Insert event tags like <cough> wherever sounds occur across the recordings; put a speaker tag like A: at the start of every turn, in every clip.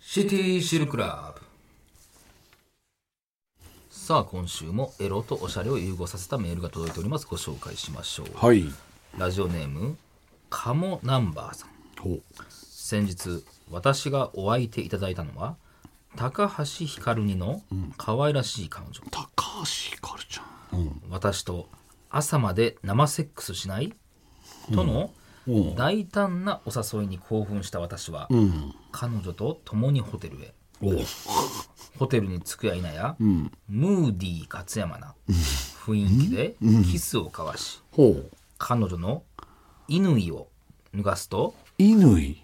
A: シティシルクラブさあ今週もエロとおしゃれを融合させたメールが届いておりますご紹介しましょう、
B: はい。
A: ラジオネームカモナンバーさん
B: ほう。
A: 先日私がお相手いただいたのは高橋ひかるにの可愛らしい彼女、
B: 高橋ひかるちゃん。うん。
A: 私と朝まで生セックスしないとの
B: うん
A: 大胆なお誘いに興奮した私は、
B: うん。
A: 彼女と共にホテルへ
B: おう。
A: ホテルに着くや否や、
B: ん
A: ムーディー勝山な雰囲気でキスを交わし、
B: ほう。
A: 彼女の乾を脱がすと
B: 乾。うん。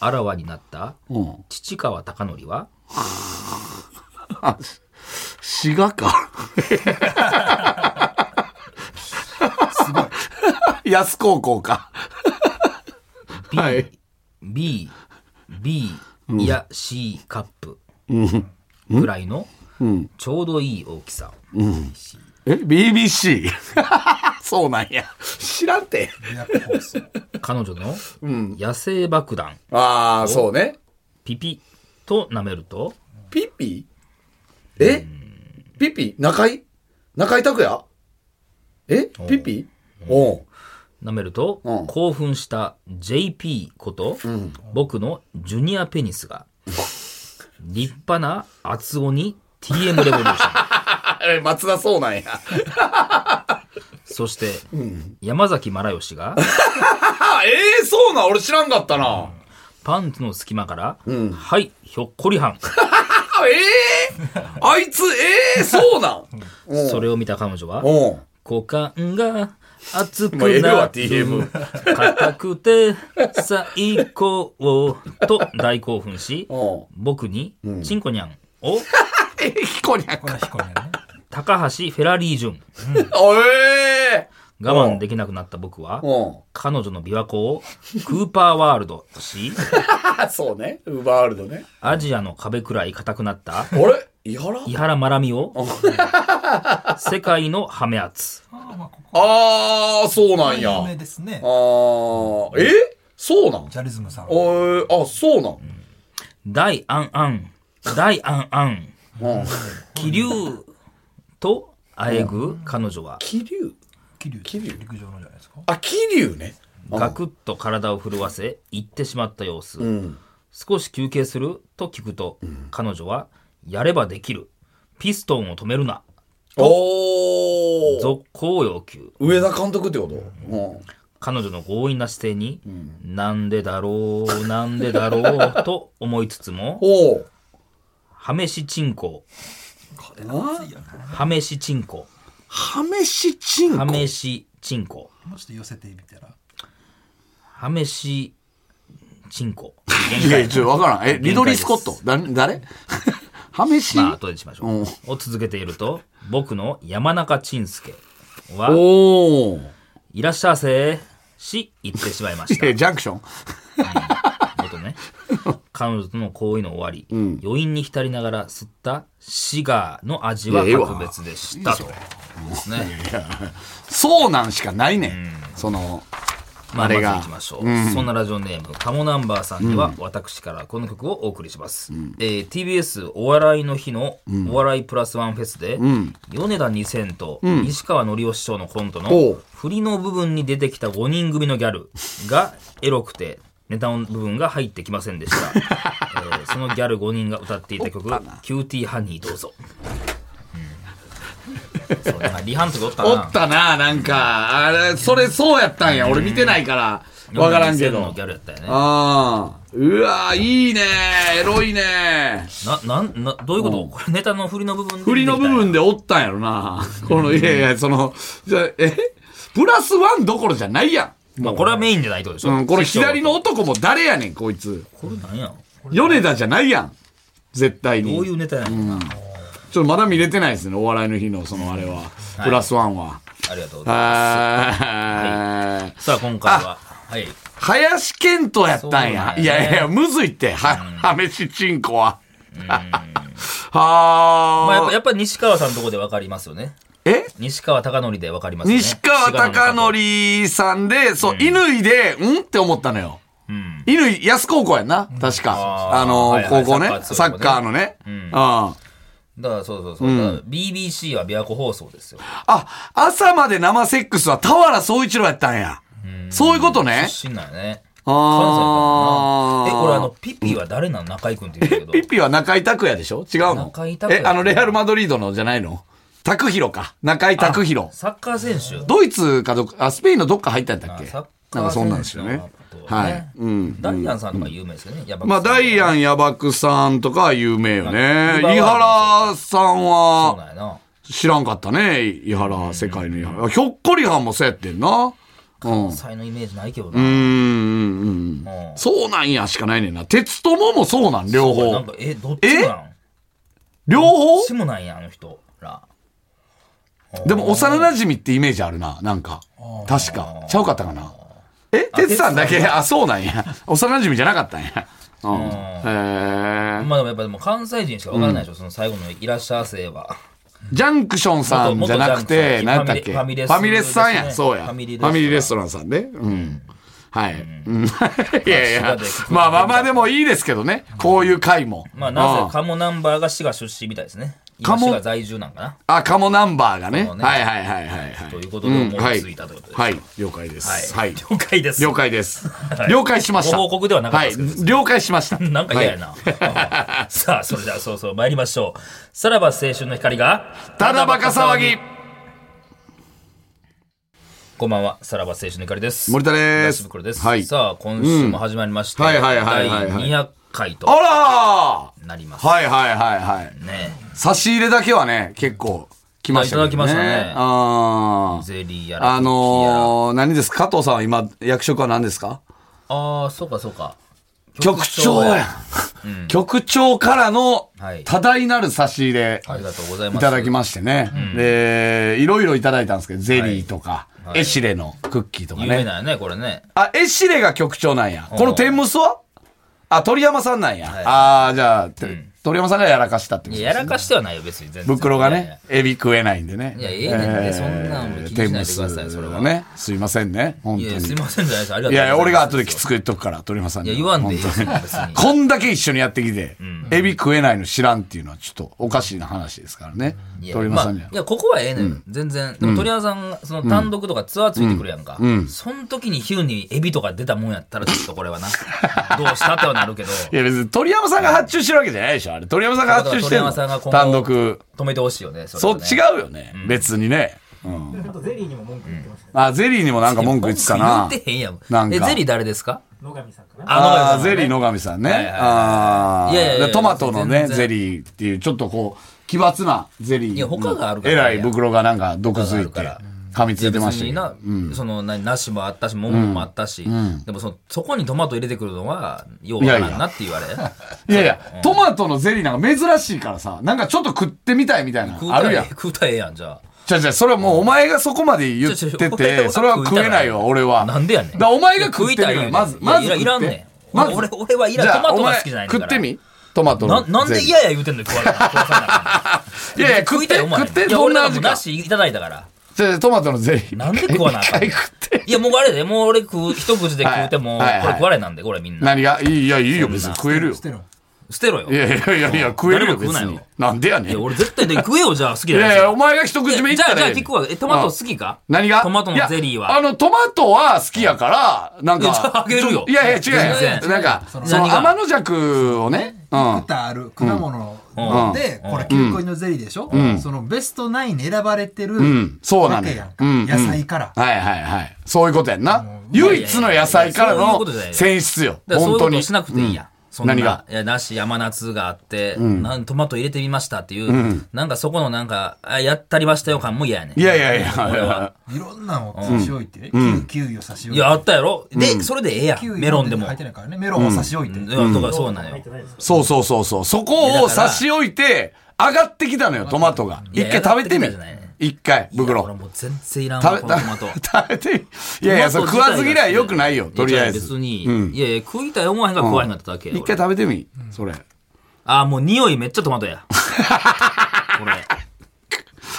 A: あらわになった
B: うん。
A: 父川貴教は
B: あ、し滋賀か。安高校か。
A: B、
B: はい。
A: B、B、いや C カップぐらいのちょうどいい大きさ。C
B: え ?BBC? <laughs> そうなんや。知らんて。
A: 彼女の野生爆弾、
B: ああ、そうね。
A: ピピと舐めると、
B: ピッピえピッピ中井中井拓也えピッピおう
A: 舐めると
B: うん
A: 興奮した JP こと、僕のジュニアペニスが、立派な厚尾に TM レボリューショ
B: <laughs>
A: ン。
B: あえ松田そうなんや。
A: そして、山崎まらよしが、
B: あ、ええそうなん俺知らんかったな。
A: パンツの隙間から、はい、ひょっこりはん。
B: あ、ええあいつ、ええそうなん
A: それを見た彼女は、
B: おう
A: 股間が熱く
B: もうええ
A: な
B: わ
A: って
B: TM
A: 硬くて最高と大興奮し
B: おう
A: 僕に「チンコニャン」を
B: えひこにゃんか。
C: 彦にね。
A: 高橋フェラリー順
B: おええ
A: 我慢できなくなった僕は
B: おう
A: 彼女の琵琶湖をクーパーワールド
B: <laughs>
A: し
B: あ、そうね。ウーバーワールドね。
A: アジアの壁くらい硬くなった
B: あれ伊原
A: 伊原まらみを世界のハメ圧
C: ああ、まあ、ここ
B: ああ、そうなんや。
C: 有名
B: あ
C: ですね。
B: あ、えそうなん
C: ジャリズムさん。
B: おえあ、そうなん
A: 大アンアン大アンアン
B: うん。
A: 気流とあえぐ彼女は
B: 桐生
C: 桐生。
B: 桐生
C: 陸上のじゃないですか。
B: あ、桐生ね。
A: ガクッと体を震わせ行ってしまった様子、
B: うん。
A: 少し休憩すると聞くと、彼女は「やればできるピストンを止めるな
B: お」ー。
A: 続行を要求
B: 上田監督ってことうん。
A: 彼女の強引な姿勢に「なんでだろうなんでだろう」と思いつつも
B: おー。
A: 「はめしチンコ
B: な
A: はめしチンコ
B: はめしちん
A: は
B: こ。
A: めしチンコ
C: もうちょっと寄せてみたら。
A: はめしチンコ」
B: いや、ちょ、わからん。え、リドリー・スコット。だ、誰 <laughs> はめし、
A: まあ後でしましょう、
B: うん
A: を続けていると僕の山中陳介は
B: おお。
A: いらっしゃいませし言ってしまいました
B: え、ジャンクション
A: 元ね彼女との行為の終わり、余韻に浸りながら吸ったシガーの味はい
B: やええわ
A: 格別でしたとですね
B: そうなんしかないねん。その、
A: まあ、
B: あ
A: ま
B: れ
A: ず
B: が
A: 行きましょう、そんなラジオネームカモナンバーさんには私からこの曲をお送りします、えー TBS お笑いの日のお笑いプラスワンフェスで、米田2000と西川のりお師匠のコント
B: お
A: の
B: う
A: 振りの部分に出てきた5人組のギャル
B: <laughs>
A: がエロくてネタの部分が入ってきませんで
B: <laughs>
A: した、えーそのギャル5人が歌っていた曲「キューティーハニーどうぞ」うん、そうなんかリハの時おったな
B: おったな、なんか。あれ、それそうやったんや。俺見てないから。わからんけ
A: 米田2000の
B: ど
A: ギ。ャルやったよね
B: ああ。うわいいねエロいね
A: な、なん、な、どういうこと、これネタの振りの部分で。
B: 振りの部分でおったんやろな。この、いやいや、その、じゃ、えプラスワンどころじゃないやん。
A: まあ、これはメインじゃないってことでしょ。
B: うん、この左の
A: 師
B: 男も誰やねん、こいつ。
A: 匠。これなんや
B: 米田じゃないやん。絶対に。
A: どういうネタやねん、
B: ちょっとまだ見れてないですね、お笑いの日のそのあれは。プラスワンは。
A: ありがとうございま
B: は
A: す。さあ、今回は、はい。
B: 林健人やったんや。
A: そうね
B: いやいや、むずいって、は、はめしちんこは。 <laughs> は
A: まあ、や
B: あ
A: っ、ぱ、やっぱ西川さんのとこでわかりますよね。
B: え
A: 西川貴教でわかりますよね。
B: 西川貴
A: 滋賀の中と。
B: 教さんで、そう、乾、いで、うんって思ったのよ。
A: うん。
B: 乾安高校やんな。確か。
A: あー
B: あの
A: はいは
B: 高
A: い
B: 校ね。
A: サ
B: サ
A: ッ
B: ッ
A: カ
B: カ
A: ー
B: ー
A: の
B: のね。うん。
A: だからそうそうそう。だから BBC は琵琶湖放送ですよ。
B: あ、朝まで生セックスは田原総一郎やったんや。そういうことね。
A: 出身なんやね。
B: あ
A: 関西
B: ー
A: だからなえ、これあの、ピッピーは誰なの中井くんって言う
B: ピ
A: け
B: ッピは中井拓也でしょ違うの
A: 中井拓也
B: え、あの、レアル・マドリードのじゃないの拓弘か。中井拓
A: ど。
B: 弘。
A: サッカー選手。
B: ドイツかどっか、あ、スペインのどっか入ったんだっけ
A: あサッカー
B: なんかそんなんですよね
A: 選手の。こと
B: は
A: ね
B: い。うん。
A: ダイアンさんとか有名ですよね。やっぱ
B: まあ、ダイアン・ヤバクさんとかは有名よね。
A: まあ
B: 井原さん
A: そう
B: は
A: なんやな。
B: 知らんかったね。井原、世界の井原。ひょっこりはんもそうやってんな。うん。う
A: 関西のイメージないけど
B: ー
A: な。
B: んうんうん。
A: うん
B: そうなんやしかないねんな。鉄友もそうなん、両
A: なん
B: 方。
A: か、え、どっちもなん
B: 両
A: ど
B: 方
A: っちもなんや、あの人ら。
B: でも幼馴染ってイメージあるな、なんか。確か。ちゃうかったかな。え、
A: あ
B: てつさんだ
A: て
B: け、
A: つ
B: あ、そうなんや。幼馴染じゃなかったんや。うん。
A: ん
B: へー
A: まあでもやっぱでも関西人しかわからないでしょ、その最後のいらっしゃいせは。
B: ジャンクションさんじゃなくて、
A: 元
B: な
A: 元ジ
B: んだ
A: ャン
B: っ
A: ク
B: け
A: ションファミレス
B: ファミレスさん
A: で
B: や。
A: すね
B: そうや。
A: フ
B: フ
A: ァミリーレストラン
B: ァミリーレストランさんね。うん。はい。うん <laughs> いや
A: まあ滋
B: い
A: 賀
B: や
A: で。
B: まあまあまあ、でもいいですけどね。こういう回も。
A: まあなぜ
B: うん
A: カモナンバーが滋賀出身みたいですね。
B: カ
A: 今
B: モ
A: 滋賀在住なんかな。
B: あ、カモナンバーがね。
A: そ
B: は
A: う
B: い
A: ね
B: はいはいはいはい。
A: ということで思
B: んはい
A: ついたということです
B: はい。了解です。はい。
A: 了解です。
B: 了解です。了解しました。
A: ご報告ではなかったですけど
B: はい。了解しまし
A: <laughs>
B: た。
A: なんか嫌や
B: は
A: な。 <laughs> さあ、それではそうそう参りましょう。さらば青春の光が、
B: い。ただバカ騒ぎ。
A: こんばんは、さらば青春の光です。
B: 森田で
A: 東
B: す。
A: 袋です。
B: はい。
A: さあ、今週も始まりまして、
B: うんはいはいはいはいは
A: 第
B: い
A: 200回と
B: あらー
A: なります。
B: はいはいはいはい。
A: ね。
B: 差し入れだけはね、結構来ましたけどね。
A: いただきましたね
B: あー
A: ゼリーやら、
B: あのー、何ですか加藤さんは今、役職は何ですか
A: クッキーやらああ、そうかそうか。
B: 局長やん。局長からの
A: はい
B: 多大なる差し入れ。
A: ありがとうございます。
B: いただきましてね。で、いろいろいただいたんですけど、ゼリーとか、エシレのクッキーとか
A: 有名
B: ね。
A: だよね、これね。
B: あ、エシレが局長なんや。この天むすはあ、鳥山さんなんや。
A: はい
B: ああ、じゃあ、て鳥山さんがやらかしたってこと
A: い
B: です
A: ややらかしてはないよ、別に。全然
B: 袋がね、エビ食えないんでね。
A: いやええねんねそんなんも気にしないでください
B: 天むす
A: それは
B: ね、すいませんね、本
A: いやいや。
B: 当
A: いや、すい。
B: に
A: ませんじゃないです。ありがとうご
B: い
A: ざいます。
B: や、俺が後できつく言っとくから、鳥山さんに
A: い
B: は。
A: や、言わんでいいです
B: 本
A: よ、
B: 当に
A: 別
B: <laughs>
A: に。
B: こんだけ一緒にやってきて、エビ食えないの知らんっていうのはちょっとおかしいな話ですからね。
A: いや
B: 鳥山さんに
A: ま
B: は
A: あい。や、ここはええねん。全然。でも鳥山さんが、その単独とかツアーついてくるやんか。その時にヒューにエビとか出たもんやったら、ちょっとこれ
B: <laughs>
A: はな。どうしたってはなるけど、
B: いや別に鳥山さんが発注してるわけじゃないでしょ、あれ。鳥山さんが発注してるの。
A: 鳥山さんが今後
B: 単独。
A: 止めてほしいよね。それ
B: そ
A: は
B: う、
A: ね
B: 違うよね。別にね。うん。
D: あとゼリーにも文句言ってましたね。
B: あ、ゼリーにもなんか文句言ってたな。
A: 言ってへんやん。
B: なんか
A: え、ゼリー誰ですか
D: 野上さんかな。
B: あ
A: 野上さん
B: ー
A: は
B: ゼ
A: ね
B: リー野上さんね。
A: はいはいはい
B: ああ。
A: いやいやいや
B: でトマトのね、
A: 全然
B: ゼリーっていう、ちょっとこう、奇抜なゼリー。
A: いや他があるか
B: え
A: ら
B: らい袋がなんか毒づい
A: 他
B: て
A: があるか、
B: 噛み
A: い
B: つ
A: や
B: いて
A: 別
B: ました
A: に
B: けど
A: な。、その、な、梨もあったし、桃もあったし、でもその、そこにトマト入れてくるのは、ようわからんなって言われ。
B: いやいや、トマトのゼリーなんか珍しいからさ、なんかちょっと食ってみたいみたいな
A: 食う
B: <laughs> あ
A: た
B: る
A: ら
B: や
A: え
B: ん
A: え。食うたらええやん、じゃあ。
B: じゃじゃそれはもうお前がそこまで言っ
A: ちょち
B: て
A: ょ俺
B: て、
A: は
B: それは食えないわ、俺は。
A: なんでやねん
B: だからお前が食
A: 食
B: っ
A: い
B: て
A: た
B: る
A: い
B: よ
A: よ
B: まず、ま
A: い
B: ず食
A: や
B: って。
A: いらんねん
B: まず
A: 俺俺はいらん
B: じゃあ
A: トマトが好きじゃないんだ
B: お
A: から
B: 前食ってみトマト
A: な
B: の。
A: なんで嫌や言うてんの食われたら殺さなあかん
B: いやいや、食って、
A: いお前
B: 食って、
A: いや
B: どんな
A: 俺
B: 味
A: らも
B: か
A: な。しいただいたから
B: じゃあトマトのゼリー。
A: なんで食わなあかんねん
B: 一回食って。
A: いやもうあれでもう俺食う一口で食うても、
B: はいはいはい
A: これ食われなんでこれみんな
B: 何がいいいや、いいよ、別に食えるよ
C: 捨。てろ。
A: 捨てろよ
B: いやいやいやいや、食えるよ、別
A: 誰も食うなよ
B: に。なんでやね
A: い
B: ん。い
A: や俺絶対で食えよじゃあ好きだ
B: やいや、お前が一口目いっ
A: じゃ
B: た
A: あじ
B: ら
A: ゃあ
B: ええねん
A: 聞くわえトマト好きか
B: 何が
A: トマトのゼリー
B: いや
A: は
B: あの、トマトは好きやから、なん
A: いやじゃあ
B: か
A: あ。げるよ
B: いやいや、違
A: 全
B: うよ。
A: 然
B: なんか、
C: その
B: そ
A: 何
B: の
A: が
B: 天の弱をね、う
C: 食
B: ん
C: っ。たある果物ので、これ9個入りのゼリーでしょそのベスト9に選ばれてる
B: んそうなのよ
C: わけやんか
B: うんうん
C: 野菜から。
B: はいはいはい。そういうことやんな。
A: いやいやい
B: 唯
A: や
B: 一の野菜から
A: そういうこ
B: の
A: とじゃないよ
B: 選出よ。
A: だからそういう
B: 本
A: こ
B: 当
A: と
B: に。
A: しなくていいやん。そんな
B: 何が
A: いや、なし、山夏があって、なんトマト入れてみましたっていう、なんかそこのなんか、あやったりましたよ感も嫌やねん。
B: いやいやいや
A: 俺はい
C: ろんなのを差し置いてね、キウキウイを差し
A: い
C: 置いて
A: や、。あったやろで、それでええや
C: キウ
A: ん。
C: イ
A: メロンでも。
C: 入ってないからね、メロンを差し置いて。
A: うん、とかそうなのよ
D: 入って。ないですよ。
B: そうそうそうそう。そこを差し置いて、上がってきたのよ、トマトが。
A: いや
B: 一回食べてみ
A: 上がってきたじゃないね。
B: 一回、
A: 俺
B: 袋。
A: もう全然いらんわ、
B: 食
A: こ
B: べ、
A: のトマト。
B: <laughs> 食べてみ。いやいや、それ食わず嫌い良くないよ、とりあえ
A: いや
B: ず。
A: 別に、いやいや、食いたい思わへんが食わへんかっただけや。
B: 一回
A: 俺
B: 食べてみ、それ。 <laughs>
A: あー、もう匂いめっちゃトマトや。これ。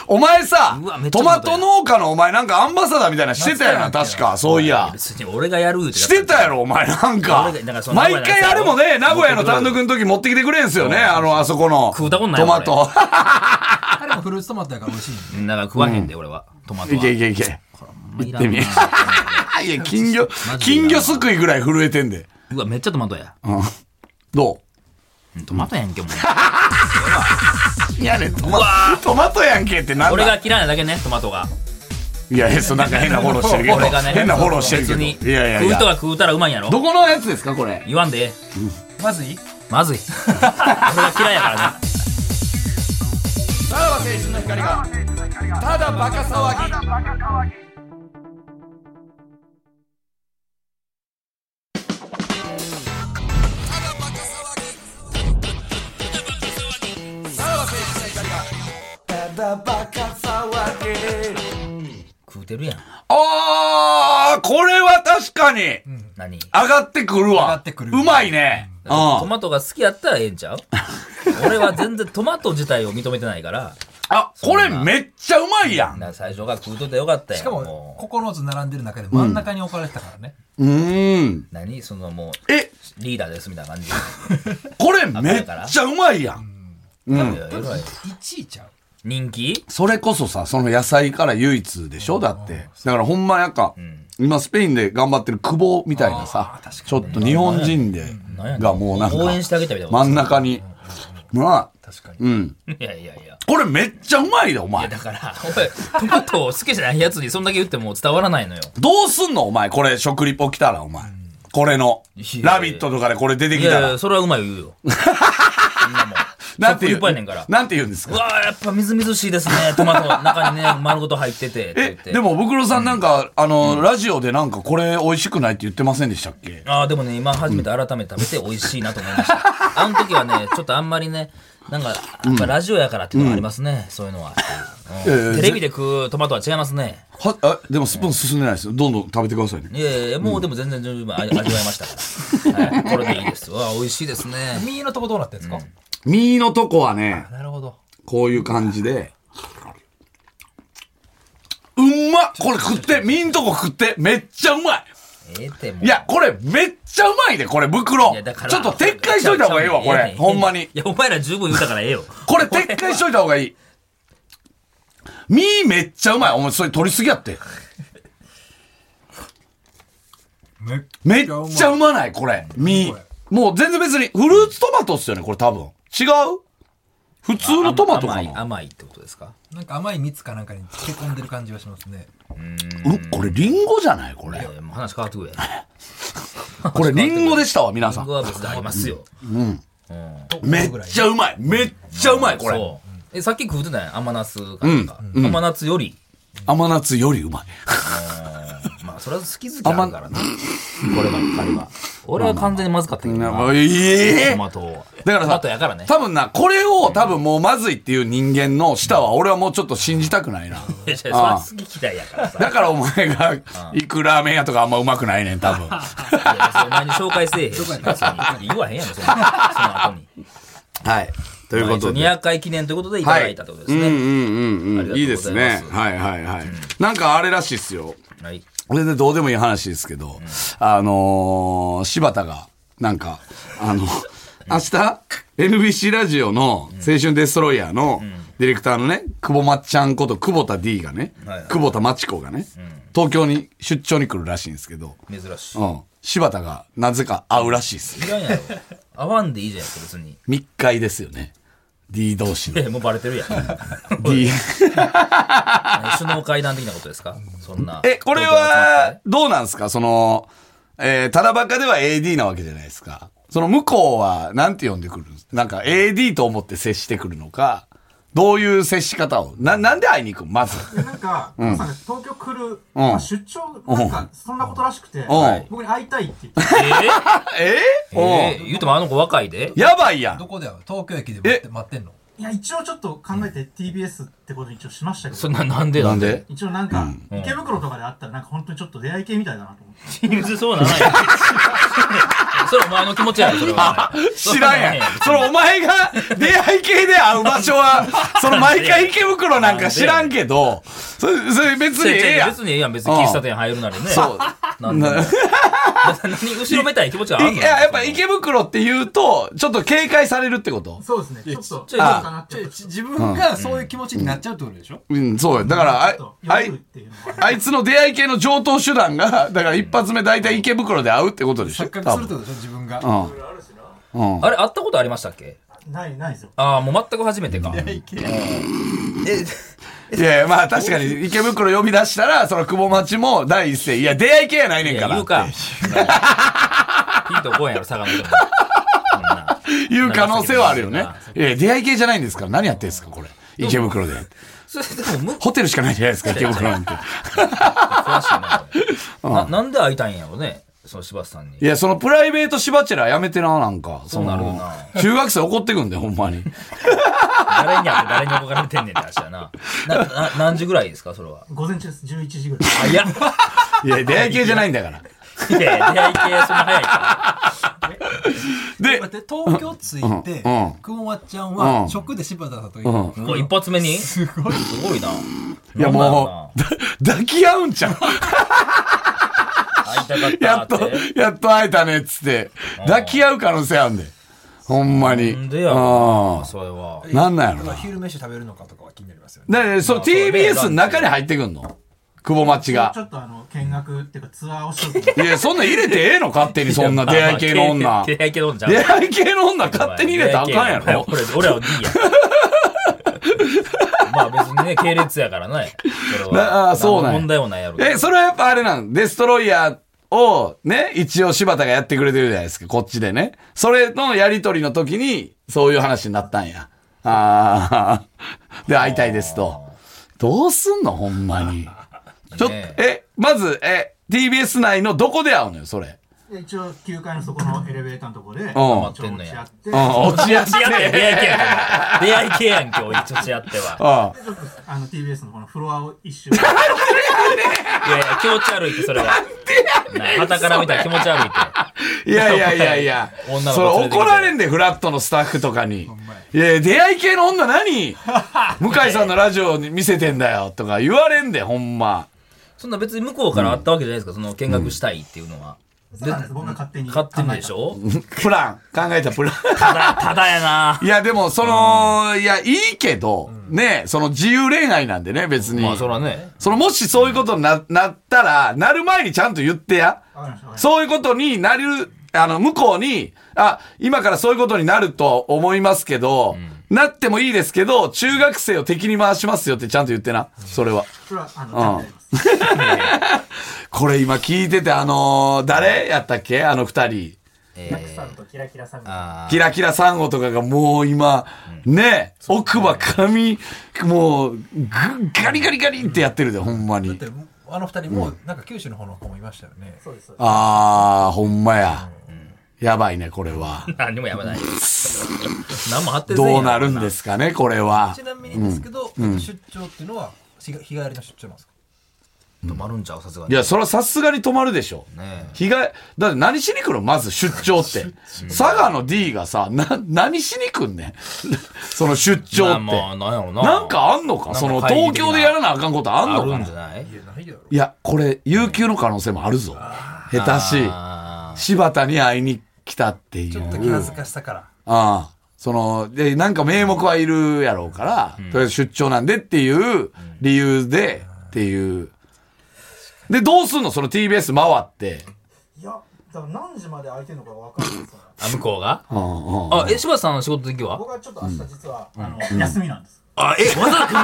B: お前さ
A: うわめっ、ちゃ
B: ト
A: 思っ
B: マ
A: たや
B: ト
A: ん
B: 農家のお前なんかアンバサダーみたいなのしてたよな、
C: 懐かしい
B: 確か。そういや。
A: 別に俺がやるって
B: してたやろ、お前なんか
A: 俺がだから。その名古屋
B: 毎
A: のやつ
B: 回あれもね、名古屋の単
A: 持
B: 独の時持ってきてくれんすよね、あの、あそこの。
A: 食うたことない
B: ト
A: もん
B: マト。
C: 彼もフルーツトマトやから美味しいんで
A: だから食わへんで俺はトマト <laughs> はい
B: けいけいけ。
A: 行
B: 行ってみ。いや、金魚
A: マ、ジでいらん
B: 金魚すくいぐらい震えてんで。
A: うわめっちゃトマトや
B: ど
A: うんトマトやんけもう
B: ういやねん、トマトマトやんけってな
A: <laughs>
B: ん
A: 俺
B: だ
A: が嫌いなだけねトマトが
B: いや、そうなんか変なフォローしてるけど。
A: 俺がね
B: 変なフォローしてるけ
A: 別
B: ど。
A: に
B: いやいや
A: 食
B: い
A: う
B: や
A: 人。が食うたらうまいんやろ
B: どこのやつですか、これ。
A: 言わんでええ
C: すまずい
A: ま
B: <laughs>
A: ずい俺が嫌いやからね
B: さらば青春の光がただバカ騒ぎ
A: 食うてるやん
B: あーこれは確かに
A: 何
B: 上がってくるわ上
C: がってくる
B: うまいねう
A: ト
B: ん
A: マトが好きやったらええんちゃう俺は全然トマト自体を認めてないから
B: あこれめっちゃうまいやん
A: な最初が食うとってよかったやん
C: しかも
A: も
C: 9つ並んでる中で真ん中に置かれてたからね、
B: うーん
A: う何そのも
B: え
A: うリーダーですみたいな感
B: <laughs>
A: じ
B: これめっちゃうまいやん
A: いや偉い
C: 1位ちゃう
A: 人気
B: それこそさその野菜から唯一でしょだってだからほんまなんか今スペインで頑張ってる久保みたいなさちょっと日本人で
A: なんやね
B: がもうなんか
A: 応援してあげたみたいな
B: 真ん中になあ
C: 確かに
B: うん
A: いやいやいや
B: これめっちゃうまいでお前
A: だからおいトマトを好きじゃないやつにそんだけ言っても伝わらないのよ
B: どうすんのお前、これ、食リポ来たら、お前。これの
A: いやい。や
B: ラビットとかでこれ出て
A: い
B: きた
A: やい
B: ら
A: や。それはうまい言うよそんなもん
B: なんて
A: 食リ
B: 言
A: ポやねん
B: う
A: から
B: なんて言うんです
A: う
B: か
A: わーやっぱみずみずしいですねトマト中にね丸ごと入っててって言っ
B: え、
A: て
B: でも、ブクロさんなんか、あの、ラジオでなんか、これ美味しくないって言ってませんでしたっけ
A: ああ、でもね、今初めて改めて食べて美味しいなと思いました。あの時はね、ちょっとあんまりね、なんか、やっぱラジオやからっていうのもありますね、そういうのは。うん
B: いやいや
A: テレビで食うトマトは違いますね。
B: は、あ、でもスプーン進んでないですよ。どんどん食べてくださいね。
A: いやいやいや、もうでも全然十分味味わいましたから。はい、これでいいです。うわあ、美味しいですね。
C: 右のとこどうなってんですか、
B: ミーのとこはね、
C: なるほど
B: こういう感じで。うんまっこれ食ってミーのとこ食ってめっちゃうまい
A: ええってもう。
B: いや、これめっちゃうまいで、これ、袋。
A: いや、だから。
B: ちょっと撤回しといた方がいいわ、こ
A: ちゃう
B: れ。
A: ちゃう
B: ほんまに
A: い。や、お前ら十分言うたからええよ。
B: これ撤回しといた方がいい。ミーめっちゃうまい。お前それ取りすぎやって。
C: めっ
B: めっちゃうまない、これ。ミー。もう全然別に、フルーツトマトっすよね、これ多分。違う普通のトマトか
A: 甘い、
B: な
A: 甘いってことですか
C: なんか甘い蜜かなんかに漬け込んでる感じがしますね
B: うん、これリンゴじゃないこ
A: い
B: れ
A: や。いや、もう話変わってくれ。
B: これリンゴでしたわ、皆さ
A: 僕
B: ん。
A: は別にありますよ。
B: めっちゃうまい。めっちゃうまい、これ。
A: そうえさっき食うてたやん甘夏かなんか、甘夏より
B: 甘夏よりうまい。
A: まあそれは好き好きあるからなこればっかりは俺は完全にまずかったけどな、
B: ええ
A: トマトを
B: だから
A: ト
B: さ
A: マトやからね
B: 多分な、これを多分もうまずいっていう人間の舌は俺はもうちょっと信じたくないな。
A: いやいやそれは好き嫌いやからさ
B: だからお前が行くラーメン屋とかあんまうまくないねん、多
A: <laughs>
B: 分。
A: いやそれお前に紹介せえへんし別に言わへんやろそんなその後に
B: はい。ということで。
A: 200回記念ということでいただいたということです
B: うん
A: ね、
B: うん
A: あ
B: うん
A: り
B: う
A: がとうございま
B: ん。
A: す
B: いいですね。はいはいはい。なんかあれらしいっすよ。
A: はい
B: 全然どうでもいい話ですけど、あのー、柴田が、なんか、あの、明日、NBC ラジオの青春デストロイヤーのディレクターのね、久保まっちゃんこと久保田 D がね
A: はいはい、
B: 久保田まち子がね、東京に出張に来るらしいんですけど、
A: 珍しい
B: うん。柴田がなぜか会うらしいっすよ。
A: いらんやろ合わんでいいじゃんや別に
B: 密会ですよね。D 同
A: <laughs>
B: 士の。
A: えもうバレてるやん
B: D。
A: 首脳会談的なことですかそんな
B: え、これは、どうなんですかその、えー、ただバカでは AD なわけじゃないですか。その向こうは、なんて呼んでくるんですなんか AD と思って接してくるのか、どういう接し方を、な、なんで会いに行くんまず。
D: でなんか、まさに東京来る、
B: うん
D: まあ出張、なんか、そんなことらしくて
B: ん、
D: 僕に会いたいって言って、
A: えー
B: えー、
A: え
B: おう
A: ー、言うてもあの子若いで
B: やばいやん
C: ど。こでは東京駅で待って待ってんの
D: いや、一応ちょっと考えて TBS ってことに一応しましたけ
A: そん、
D: ど
A: ななんでなんで
B: で
D: 一応なんか、池袋とかで会ったら、なんか本当にちょっと出会い系みたいだなと思って。
A: 別にそうならないそれお前の気持ちやろ、それは。
B: 知らんやん。そのお前が出会い系で会う場
A: <laughs>
B: 所は、その毎回池袋なんか知らんけど、それ、それ別に
A: 違う
B: ええ
A: 違う
B: やん
A: 別。にええやん、別に喫茶店入るなりね。そう。なん
B: <laughs>
A: でも何、後ろめたい気持ちはあるの
B: いや、やっぱ池袋って言うと、ちょっと警戒されるってこと
D: そうですね。ちょっと、
A: ち
D: ち
A: ょ
D: ょ
A: い
D: っと
A: あ
D: かなって。
C: ち自分がそういう気持ちになっちゃうってことでしょ
B: うん、そうや。だから、あい
D: ちょっと、
B: あ
D: 夜
B: い、
D: っていうの
B: あいつの出会い系の上等手段が、だから一発目大体池袋で会うってことでしょ
C: 錯覚するってことでしょ自分が。
B: 多分うん。うん。
A: あれ、会ったことありましたっけ
D: がない、ないですよ。
A: ああ、もう全く初めてか。
B: いやいや、まあ確かに池袋呼び出したら、その久保町も第一声、いや、出会い系やないね
A: い
B: ん
A: や
B: から。
A: 言う
B: <laughs>
A: か。ピンとこんやろ、佐賀の人も。そんな
B: いう可能性はあるよね
A: 長崎。
B: いや、出会い系じゃないんですから。何やってんですか、これ。池袋で。
A: それでも、む
B: ホテルしかないじゃないですか、池袋なんて。
A: 詳しいなこ
B: <laughs>
A: れ。ななんで会いたいんやろね、その柴田さんに
B: い。や、そのプライベートシバチェラやめてな、なんか。そ
A: そうなるよ
B: の
A: な、
B: 中学生怒ってくんだよ、ほんまに。
A: 誰に会って誰に憧れてんねんって話やな。な、な何時ぐらいですか、それは。
D: 午前中です。11時ぐら
A: あ、
D: い。
A: いや。 <laughs>
B: いや、出会い系じゃないんだから。
A: いやいや出会い系、そんな早いか。
B: で、
C: 待って東京着いて
B: うんうん、
C: くもわちゃん
B: う
C: は
B: ん
C: 直で柴田さんと
B: うん
C: 行く
A: もう一発目にすごい。すごいな。
B: いや、もう、だ抱き合うんちゃう
A: 会いたかったって。
B: やっと、やっと会えたね、っつって。抱き合う可能性あんで。ほんまに。
A: なんでやろ
B: あ
A: なそれは。
B: あ。なんなんやろな。
C: 昼飯食べるのかとかは気になりますよね。
B: だから、その TBS の中に入ってくんの久保町が
D: ち。ょっとあの、見学っていうかツアーをしようと思って
B: いや、そんなん入れてええの勝手に、そんな出会い系の
A: まあま
B: 女
A: あ。 <laughs> 出会い系の女じゃん
B: 出会い系の女勝手に入れたらあかんやろ
A: これ、俺らはいい
B: <laughs>
A: や。まあ別にね、系列やからね。それは
B: なあーそうな
A: 何
B: んや
A: の問題もないやろ。
B: え、それはやっぱあれなんデストロイヤーをね、一応柴田がやってくれてるじゃないですか、こっちでね。それのやりとりの時に、そういう話になったんや。ああ。 <laughs> で、会いたいですと。どうすんのほんまに。ちょっと、
A: ね
B: え、まず、え、TBS 内のどこで会うのよ、それ。
D: で一応、9階のそこのエレベーターのとこで、
B: うん
D: ちょっと落ち合って、
B: うん、
D: でちょ
B: 落ち合って
A: 出。会い系やんけ。出会い系やんけ、おい、ちょちやって <laughs> は。
B: <laughs> ああ。
D: っとあの TBS のこのフロアを一周。
A: いやいや、気持ち悪いって、それは。はたから見たら気持ち悪いって。
B: いやいやいやいや
A: 女の子
B: それ
A: 連れてきて
B: 怒られんで、フラットのスタッフとかに。いやいや出会い系の女何
A: <laughs>
B: 向井さんのラジオに見せてんだよとか言われんで、ほんま。
A: そんな別に向こうから会ったわけじゃないですか、その見学したいっていうのは。
D: そうなんです。僕が勝手に。
A: 勝手にでしょ
B: プラン、考えた
A: <laughs>
B: プラン。。
A: ただ、ただやない
B: や、でも、その、いや、いいけど、ね、その自由恋愛なんでね、別に。
A: まあそらね。
B: その、もしそういうことにななったら、なる前にちゃんと言ってや。
D: わかりましたわかりました
B: そういうことになる、あの、向こうに、あ、今からそういうことになると思いますけど、なってもいいですけど、中学生を敵に回しますよってちゃんと言ってな、それは。
D: それは、あの、ちゃんとやります。
B: これ今聞いてて、あのー誰やったっけあの二人。
A: え
D: たく
A: ー
D: さんとキラキラさんみたいな。
A: あ
B: キラキラサンゴとかがもう今、ね、奥歯髪、もう、ぐガリガリガリってやってるで、ほんまに
C: で。もあの二人も、なんか九州の方の子もいましたよね。
D: そうです。そうです
B: あー、ほんまや。やばいね、これは。
A: ー何にもやめない。何も張って
B: どうなるんですすかね、これは
C: ち。なみにですけど、出張っていうのは、日が日帰りの出張なんですか
A: 止まるんちゃうさすが
B: い
A: に。
B: や、それはさすがに止まるでしょ。
A: ね
B: 被害、だって何しに来るのまず出張って。佐賀の D がさ、な、何しに来んね <laughs> ん。その出
A: え。ま
B: 張
A: あ
B: って。
A: まあ、なんやろな。
B: なんかあんのか
A: なんか
B: その
A: 会議
B: 東
A: 的な
B: 京でやらなあかんことあん
A: あ
B: の
A: る
B: か
A: ん
B: な
A: じゃない
C: いや、ないだろ。
B: いや、これ、有給の可能性もあるぞ。下手し、
A: あ
B: 柴田に会いに来たってい
C: ち
B: う。
C: ょっと
B: あ
C: 気恥ずかしさから。
B: あ。その、で、なんか名目はいるやろうから、とりあえず出張なんでっていう理由で、っていう。で、どうすんのその TBS 回って。
D: いや、だから何時まで空いてるのかわかんないですよね。
A: ーあ、向こうが
B: うんうん
A: あ、え、柴田さんの仕事の時は
D: 僕はちょっと明日実は、あの、休みなんです。
A: あ、え、わざわざ来ん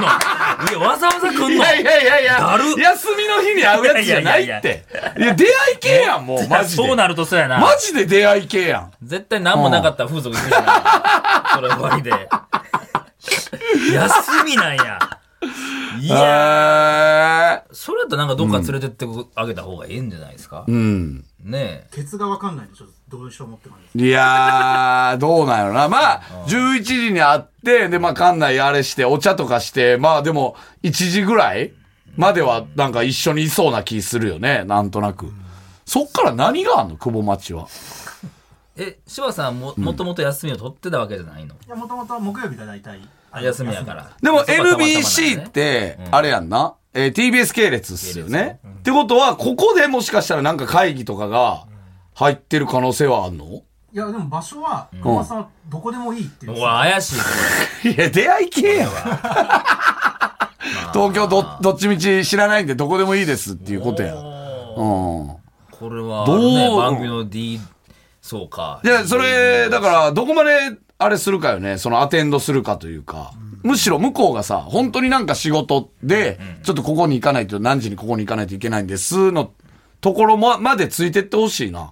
A: のいや、わざわざ来んの
B: いやいやいやいや
A: だる、
B: 休みの日に会うやつじゃないって。い
A: い
B: や
A: やいや
B: 出会い系やん、もう、マジで。
A: そうなるとそうやな。
B: マジで出会い系やん。
A: 絶対何もなかったら風俗行くじゃない。それ終わりで。
B: <laughs>
A: 休みなんや。いや、
B: や
A: それだったらなんかどっか連れてってあげた方がいいんじゃないですか
B: うん。
A: ね
D: ケツがわかんないんで、ちょっとどうしようもって感じです。
B: いやー、どうなんやろな。まあ、11時に会って、で、まあ、館内あれして、お茶とかして、まあ、でも、1時ぐらいまでは、なんか一緒にいそうな気するよね、なんとなく。そっから何があんの久保町は。
A: え、柴田さんも、もともと休みを取ってたわけじゃないの
D: いや、もともとは木曜日が大体。あ
A: あ
D: の
A: 休みやか。ら。
B: でも
A: そこはたまたまだね
B: NBC っ、て、あれやんな、えー TBS 系列っすよね。ってことは、ここでもしかしたらなんか会議とかが入ってる可能性はあんの
D: いや、でも場所は、小川さんはどこでもいいっていう。
A: うわ、怪しい、こ
B: いや、出会い系
A: <laughs>
B: やわ。東京ど、どっちみち知らないんでどこでもいいですっていうこと
A: れ。
B: や。
A: おー
B: うん。
A: これは、
B: どう
A: ね、番組の D、そうか。
B: いや、それ、だから、どこまで、あれするかよね。そのアテンドするかというか。むしろ向こうがさ、本当になんか仕事で、ちょっとここに行かないと、何時にここに行かないといけないんです、のところままでついてってほしいな。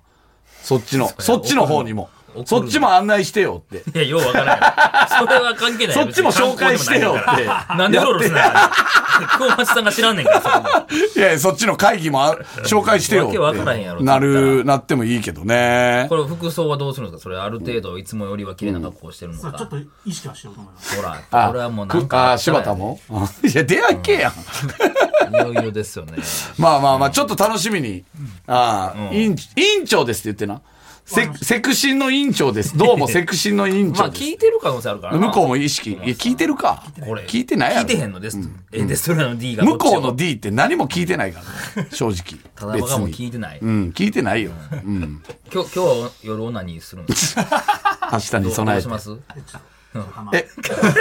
B: そっちの、そっちの方にも
A: 送る。
B: そっちも案内して
A: <laughs>
B: よって。
A: いや、ようわからない。それは関係ない。
B: <laughs> そっちも紹介してよって
A: なんでロールすな <laughs> あれ小松さんが知らんねんから、そこも
B: いやいや、そっちの会議もあ紹介してよって。
A: わけわからへんやろ
B: なる、なってもいいけどね
A: こ。れ服装はどうするんですかそれある程度いつもよりは綺麗な格好をしてるの
D: そうちょっ
A: か。
D: と意識はしようと思います。
A: ほら、
B: あ、
A: これはもうなんか。
B: あ、柴田も <laughs> いや、出会い系やん。
A: いよいよです
B: <laughs>
A: よね。
B: まあまあまあ、ちょっと楽しみに。ああ、委員委員長ですって言ってな。セセクシンの委員長です。ど
A: <laughs>
B: うもセクシンの委員
A: ま
B: 長
A: あ
B: です。
A: 聞いてる可能性あるからな
B: 向こうも意識。いや、聞いてるか。
A: これ
B: 聞いてないや
A: 聞いてへ
B: ろ。
A: んのです。え、で、それらの D がど
B: 向
A: っち
B: こう
A: も。
B: の D って何も聞いてないからね。
A: <laughs>
B: 正直。
A: ただバカも聞いてない。
B: う
A: 今
B: ん、聞い
A: <laughs>
B: てないよ。うん。
A: 日、今日は夜オナニーするんですか
B: 明日
A: ど
B: に
A: うど
B: 備
A: う
B: え
A: してま。す
D: でちょっと仲間、
B: え
D: 切、
A: <laughs>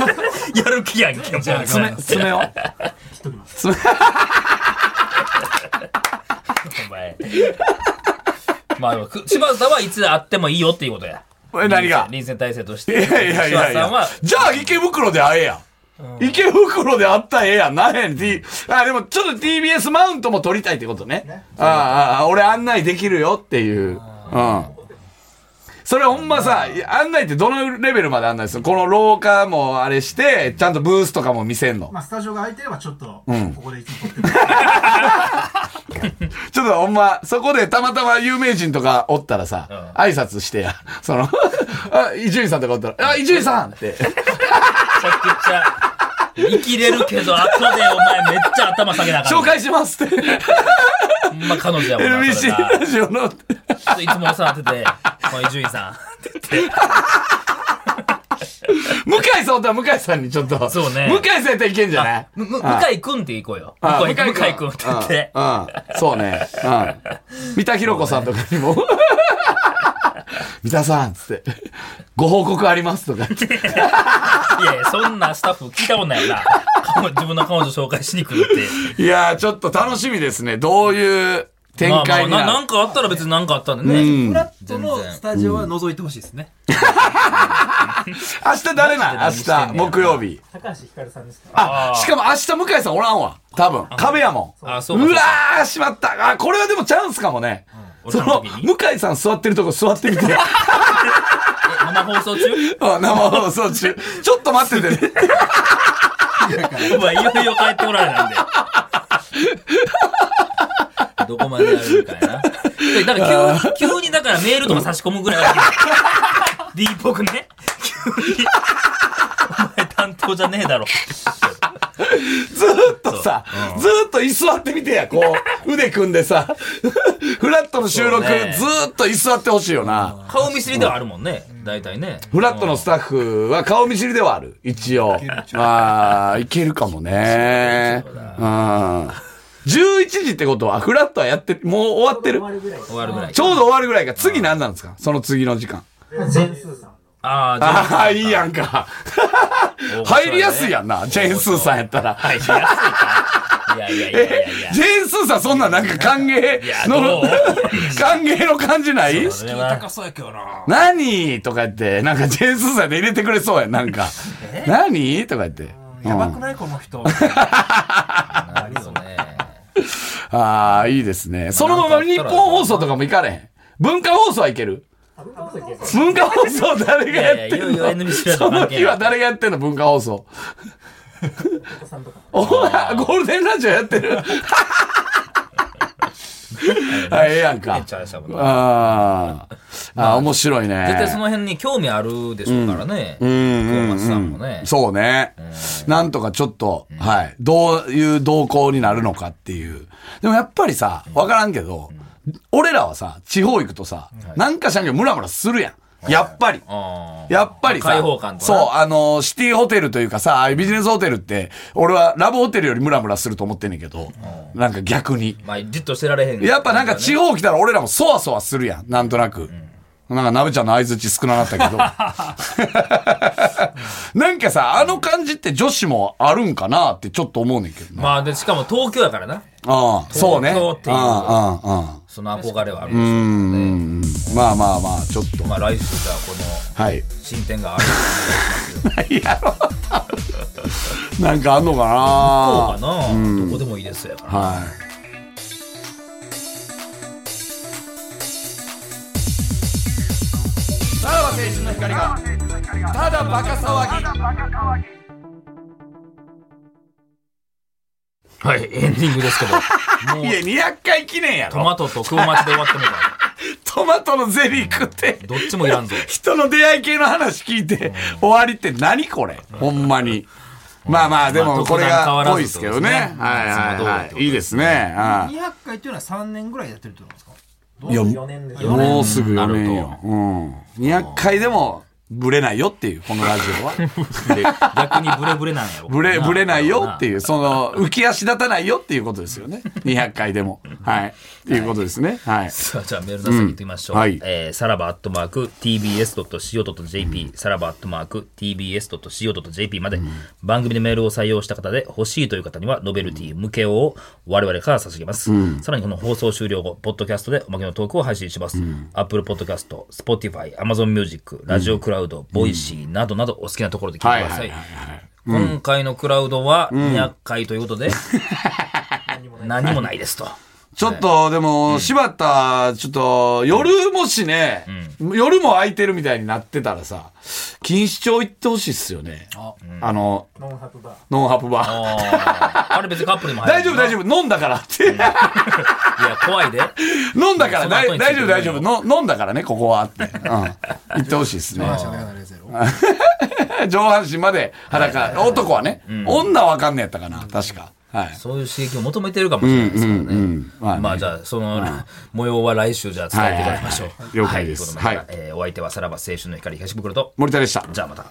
A: やる気やんけ、もう
B: 爪、爪を
D: っときます。
A: お前。 <laughs> まあでも、く柴田さんはいつ会ってもいいよっていうことや。
B: え何が
A: 臨戦体制とし
B: い
A: て。
B: やいやいやい
A: 柴田さんは
B: や。じゃあ池袋で会えや。池袋で会ったらええやん。なんやねん。T、あ、でもちょっと TBS マウントも取りたいってことね。ああああ、俺案内できるよっていう。うん。それほんまさ、案内ってどのレベルまで案内するのこの廊下もあれして、ちゃんとブースとかも見せんの。
D: まあ、スタジオが空いてれば、ちょっと、ここでいつも撮ってる。
B: ちょっとほんま、そこでたまたま有名人とかおったらさ、挨拶してや。その、 <laughs> あ、伊集院さんとかおったら、あ、伊集院さんって。
A: めちゃくちゃ生きれるけど、後でお前めっちゃ頭下げな <laughs> あかん。
B: 紹介します
A: <laughs>
B: って。
A: ほんま彼女やもんな。そ
B: NBC
A: れが
B: ラジオの。
A: ちょっといつもお世話になってて、この伊集院さん。
B: 向井さんおったら向井さんにちょっと。
A: そうね
B: 向井さんやったらいけんじゃ <laughs> ない
A: むむ <laughs>
B: あ
A: 向井くんって行こうよ。
B: あ
A: 向井向井くんって言って。
B: うん。うんそうね。うん。三田寛子さんとかにも。三田さんっつって。ご報告ありますとか言って。
A: いやいや、そんなスタッフ聞いたことないよな。彼女自分の彼女紹介しに来るって。
B: いやー、ちょっと楽しみですね。どういう展
A: まあまあ
B: 開にな
A: な、
B: る。
A: なんかあったら別になんかあったんでね。
C: フラットの
A: 全然
C: スタジオは覗いてほしいですね。
B: 明日誰な
A: マ
B: ん
A: ジで何
B: 明
A: して
B: 日、
A: んねや
B: 木曜日。
D: 高橋ひかるさんですから。
B: あ、しかも明日向井さんおらんわ。多分。壁やもん。
A: あ、そううかそう
B: わ
A: か。
B: ー、しまった。あ、これはでもチャンスかもね。
A: 俺
B: そ
A: らの
B: の、
A: 時に
B: 向井さん座ってるとこ座ってみて。
A: え生放送中
B: あ生放 <laughs> 送中。ちょっと待っててね。
A: うわ、いよいよ帰ってこられ
B: <laughs>
A: なんで。どこまでやるかやな。でだから急
B: <laughs>
A: に、急にだからメールとか差し込むぐらいは D っぽくね。急に。お前担当じゃねえだろ。
B: ずーっとさ、ずーっと居座ってみてや、こ <laughs> う、腕組んでさ、フラットの収録、
A: そうね
B: ずーっと居座ってほしいよな。
A: 顔見知りではあるもんね。大体ね。
B: フラットのスタッフは顔見知りではある、一応。ああ、いけるかもね。うん。11時ってことは、フラットはやって、もう終わってる
D: 終わるぐらい。
A: 終わるぐらい
B: ち。ょうど終わるぐらいか。次何なんですかその次の時間。
D: ジェーンスーさん。
A: ああ、
B: ああ、いいやんか。 <laughs> 入りやすいやんな、ジェーンスーさんやったら。
A: 入りやすいか。いやいやいやいや
B: <laughs>
A: いや。
B: ジェーンスーさん、そんななんか歓迎
A: いや
B: の
A: ど
B: <laughs>
A: う、
B: 歓迎の感じない
A: それは
C: そうやけどな。
B: 何とか言って、なんかジェーンスーさんで入れてくれそうやん、なんか。何とか言って。
C: やばくないこの人。
A: なるよね。
B: ああ、いいですね。そのまま日本放送とかも行かれへん。文化放送はいける文化放送誰がやって
A: いやいやい
B: んの
A: よいよ NBC ラジ
B: そ
A: オ
B: の
A: 関係ない
B: 日は誰がやってんの文化放送。おらゴールデンラジオやって
A: <laughs>
B: る。あ、ええやんか。
A: めっちゃあれしたもんな
B: あーあー、面白いね。
A: 絶対その辺に興味あるでしょうからね。う
B: うん
A: 松さんもね。
B: そうね。なんとかちょっと、はい。どういう動向になるのかっていう。でもやっぱりさ、わからんけど、俺らはさ、地方行くとさ、なんかしらんけどムラムラするやん。やっぱり。
A: あー
B: やっぱりさ、
A: 開放感とか
B: そ
A: な
B: う、あのーシティホテルというかさ、ああいうビジネスホテルって、俺はラブホテルよりムラムラすると思ってんねんけど、なんか逆に。
A: まあ、じっとしてられへん。
B: やっぱなんか地
A: う。
B: 方来たら俺らもそわそわするやん、なんとなく。なんか、なべちゃんの相づち少 <laughs> なかったけど。なんかさ、あの感じって女子もあるんかなってちょっと思うねんけどな。
A: まあ、で、しかも東京やからな。
B: ああ、そうね。
A: 東京っていう
B: ああ、ああ、あ
A: その憧れはあるでしょう
B: あう
A: ね。
B: ん。まあまあまあ、ちょっと。
A: まあ、来週じゃあ、この
B: はい。
A: 進展がある。
B: なんかあんのか
A: そうか
B: な
A: な。どこでもいいですよ。
B: はい。さらば青春の光が、ただバカ騒ぎ。
A: はい、エンディングですけど。もう
B: い、や、200回記念
A: <laughs>
B: や
A: ト
B: ろ。
A: マトとクオマチで終わってもた
B: トマトのゼリー食って、
A: どっちもいらんぞ。
B: 人の出会い系の話聞いて、終わりって何これほんまに。まあまあ、で
A: まあ
B: もこれ
A: 特段変わ
B: が
A: らず
B: 多いですけど
A: ってこと
B: ね。
A: です
B: は
A: ね
B: いはい
A: いつも通りってことですね
B: はい。いいですね。あ
C: 200回というのは3年ぐらいやってるってことなんですか
B: いや、
D: 4年です。
B: もうすぐ4年
A: なる
B: よ。うん。200回でも、ブレないよっていう、このラジオは。
A: で逆にブレブレなんやろ。
B: ブレ、ブレないよって
A: う。
B: いう、そ <laughs> の、浮き足立たないよっていうことですよ <laughs> ね。200回でも。はい。っていうことですね。はい。
A: さあ、じゃあメールの先行ってみましょう。
B: うんはい
A: えーさらばアットマーク tbs.co.jp、さらばアットマーク tbs.co.jp まで、番組でメールを採用した方で欲しいという方には、ノベルティ向けを我々から差し上げます。さらにこの放送終了後、ポッドキャストでおまけのトークを配信します。Apple Podcast、Spotify、Amazon Music、ラジオクラウド、ボイシーなどなどお好きなところで聞いて
B: はい
A: くだ
B: は
A: さい。
B: いはいはい。
A: 今回のクラウドは200回ということで、
B: <laughs>
A: 何もないですと。
B: ちょっと、でも、柴田、ちょっと、夜もしね、夜も空いてるみたいになってたらさ、錦糸町行ってほしいっすよね。あの、
D: ノンハブバー。
B: ノンハプバー。
A: あーあれ別にカップルも入
B: 大丈夫大丈
A: 夫。
B: 夫、飲んだからって。
A: いや、怖いで。
B: <laughs> 飲んだから、
A: その
B: だ
A: 後
B: い
A: に
B: 大丈夫大丈
A: ついて
B: 夫、の飲んだからね、ここはって。うん。行ってほしいっすね。
C: 話はなかなかゼ
B: <laughs>
C: ロ
B: 上半身まで裸。男はね、女わかんねえやったかな、確か。はい。
A: そういう刺激を求めてるかもしれないですからね。
B: まあね
A: まあじゃあ、その模様は来週じゃあ伝えていただきましょう。
B: はいはいはい了解です
A: はい。ということ
B: はい
A: でえーお相手はさらば青春の光東袋と、
B: 森田でした。
A: じゃあまた。